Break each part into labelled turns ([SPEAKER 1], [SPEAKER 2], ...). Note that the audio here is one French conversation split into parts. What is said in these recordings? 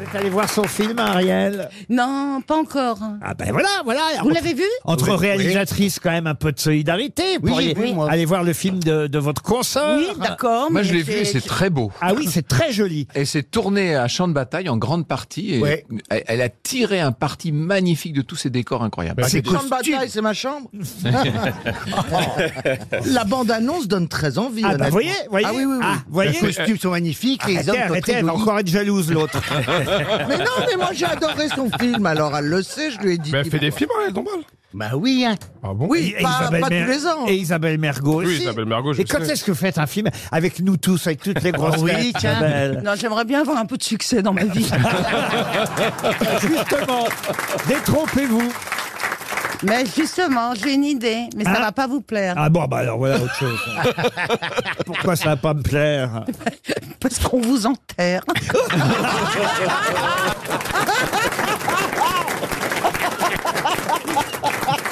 [SPEAKER 1] êtes allé voir son film, Ariel
[SPEAKER 2] Non, pas encore.
[SPEAKER 1] Ah ben voilà, voilà.
[SPEAKER 2] Vous l'avez vu
[SPEAKER 1] Entre
[SPEAKER 3] Oui.
[SPEAKER 1] réalisatrices, quand même un peu de solidarité. Vous
[SPEAKER 3] Oui,
[SPEAKER 1] pourriez
[SPEAKER 3] j'ai vu, moi.
[SPEAKER 1] aller voir le film de, de votre consœur.
[SPEAKER 2] Oui, d'accord.
[SPEAKER 4] Moi,
[SPEAKER 2] mais
[SPEAKER 4] je l'ai vu et
[SPEAKER 2] j'ai-
[SPEAKER 4] c'est très beau.
[SPEAKER 1] Ah oui, c'est très joli.
[SPEAKER 4] Et c'est tourné à champ de bataille en grande partie. Et
[SPEAKER 3] Ouais.
[SPEAKER 4] elle, elle a tiré un parti magnifique de tous ces décors incroyables.
[SPEAKER 3] Bah,
[SPEAKER 1] C'est
[SPEAKER 3] c'est champ de
[SPEAKER 1] costume.
[SPEAKER 3] bataille, c'est ma chambre. la bande-annonce donne très envie.
[SPEAKER 1] Ah bah,
[SPEAKER 3] honnêtement.
[SPEAKER 1] voyez, voyez.
[SPEAKER 3] Ah oui, oui, oui.
[SPEAKER 1] Ah, voyez.
[SPEAKER 3] les costumes sont magnifiques, les
[SPEAKER 1] Arrêtez,
[SPEAKER 3] hommes sont
[SPEAKER 1] arrêtez,
[SPEAKER 3] très
[SPEAKER 1] elle va
[SPEAKER 3] jolis.
[SPEAKER 1] encore être jalouse, l'autre.
[SPEAKER 3] Mais non, mais moi j'ai adoré son film, alors elle le sait, je lui ai dit.
[SPEAKER 5] Mais elle fait des
[SPEAKER 3] Dis-moi.
[SPEAKER 5] films, hein, elle, normal.
[SPEAKER 3] Bah oui, hein.
[SPEAKER 5] Ah bon
[SPEAKER 3] Oui,
[SPEAKER 1] Et
[SPEAKER 3] pas,
[SPEAKER 1] Isabelle
[SPEAKER 3] pas
[SPEAKER 1] Mer-
[SPEAKER 3] tous les ans.
[SPEAKER 1] Et Isabelle Mergo
[SPEAKER 5] Oui,
[SPEAKER 1] aussi.
[SPEAKER 5] Isabelle Mergo, je
[SPEAKER 1] Et quand
[SPEAKER 5] sais.
[SPEAKER 1] est-ce que vous faites un film avec nous tous, avec toutes les grosses
[SPEAKER 3] Oh oui,
[SPEAKER 1] têtes,
[SPEAKER 3] tiens.
[SPEAKER 1] Isabelle
[SPEAKER 2] Non, j'aimerais bien avoir un peu de succès dans ma vie.
[SPEAKER 1] Justement, détrompez-vous.
[SPEAKER 2] mais justement, j'ai une idée, mais
[SPEAKER 1] Hein
[SPEAKER 2] ça va pas vous plaire.
[SPEAKER 1] Ah bon, bah alors voilà autre chose. Pourquoi ça va pas me plaire
[SPEAKER 2] Parce qu'on vous enterre.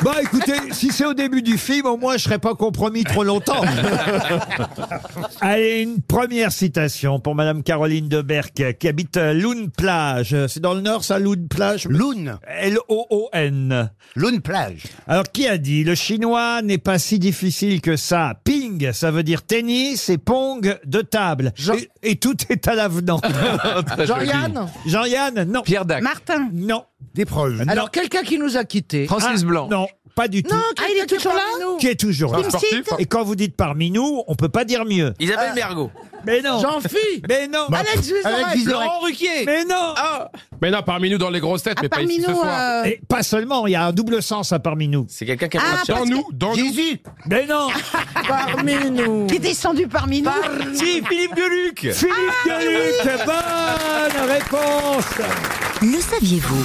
[SPEAKER 1] Bah écoutez, si c'est au début du film, au moins je serais pas compromis trop longtemps. Allez, une première citation pour Madame Caroline Deberck qui habite euh, Loun Plage. C'est dans le nord, ça, Loun Plage
[SPEAKER 3] Loon,
[SPEAKER 1] L-O-O-N.
[SPEAKER 3] Loon plage.
[SPEAKER 1] Alors, qui a dit Le chinois n'est pas si difficile que ça. Ping, ça veut dire tennis et pong de table. Et, et tout est à l'avenant.
[SPEAKER 4] Très joli.
[SPEAKER 3] Jean-Yann
[SPEAKER 1] Jean-Yann, non.
[SPEAKER 4] Pierre Dac.
[SPEAKER 2] Martin.
[SPEAKER 1] Non.
[SPEAKER 3] Des proches. Alors quelqu'un qui nous a quittés.
[SPEAKER 4] Francis
[SPEAKER 1] Ah,
[SPEAKER 4] Blanc.
[SPEAKER 1] Non, pas du tout.
[SPEAKER 3] Non,
[SPEAKER 2] Ah, il est toujours là
[SPEAKER 1] Qui est toujours là.
[SPEAKER 5] Un sportif hein.
[SPEAKER 1] Et quand vous dites parmi nous, on peut pas dire mieux.
[SPEAKER 6] Isabelle Mergo.
[SPEAKER 1] Mais non.
[SPEAKER 3] Jean-Phi
[SPEAKER 1] Mais non.
[SPEAKER 3] Alex Bah, Alex Vizorek.
[SPEAKER 6] Laurent Ruquier.
[SPEAKER 1] Mais non.
[SPEAKER 3] Ah,
[SPEAKER 5] Mais non, parmi nous, dans les grosses têtes,
[SPEAKER 2] Ah,
[SPEAKER 5] mais pas
[SPEAKER 2] parmi
[SPEAKER 5] ici ce
[SPEAKER 2] nous.
[SPEAKER 5] soir.
[SPEAKER 2] euh,
[SPEAKER 1] Et pas seulement, il y a un double sens à parmi nous.
[SPEAKER 6] C'est quelqu'un qui a
[SPEAKER 2] Ah,
[SPEAKER 6] pas
[SPEAKER 5] Dans
[SPEAKER 2] parce que-
[SPEAKER 5] nous, dans nous.
[SPEAKER 3] Jésus,
[SPEAKER 1] Mais non.
[SPEAKER 3] parmi nous.
[SPEAKER 2] Qui est descendu parmi nous
[SPEAKER 6] Si, Philippe Gueluc.
[SPEAKER 1] Philippe
[SPEAKER 3] Ah,
[SPEAKER 1] Gueluc, bonne réponse.
[SPEAKER 7] Le saviez-vous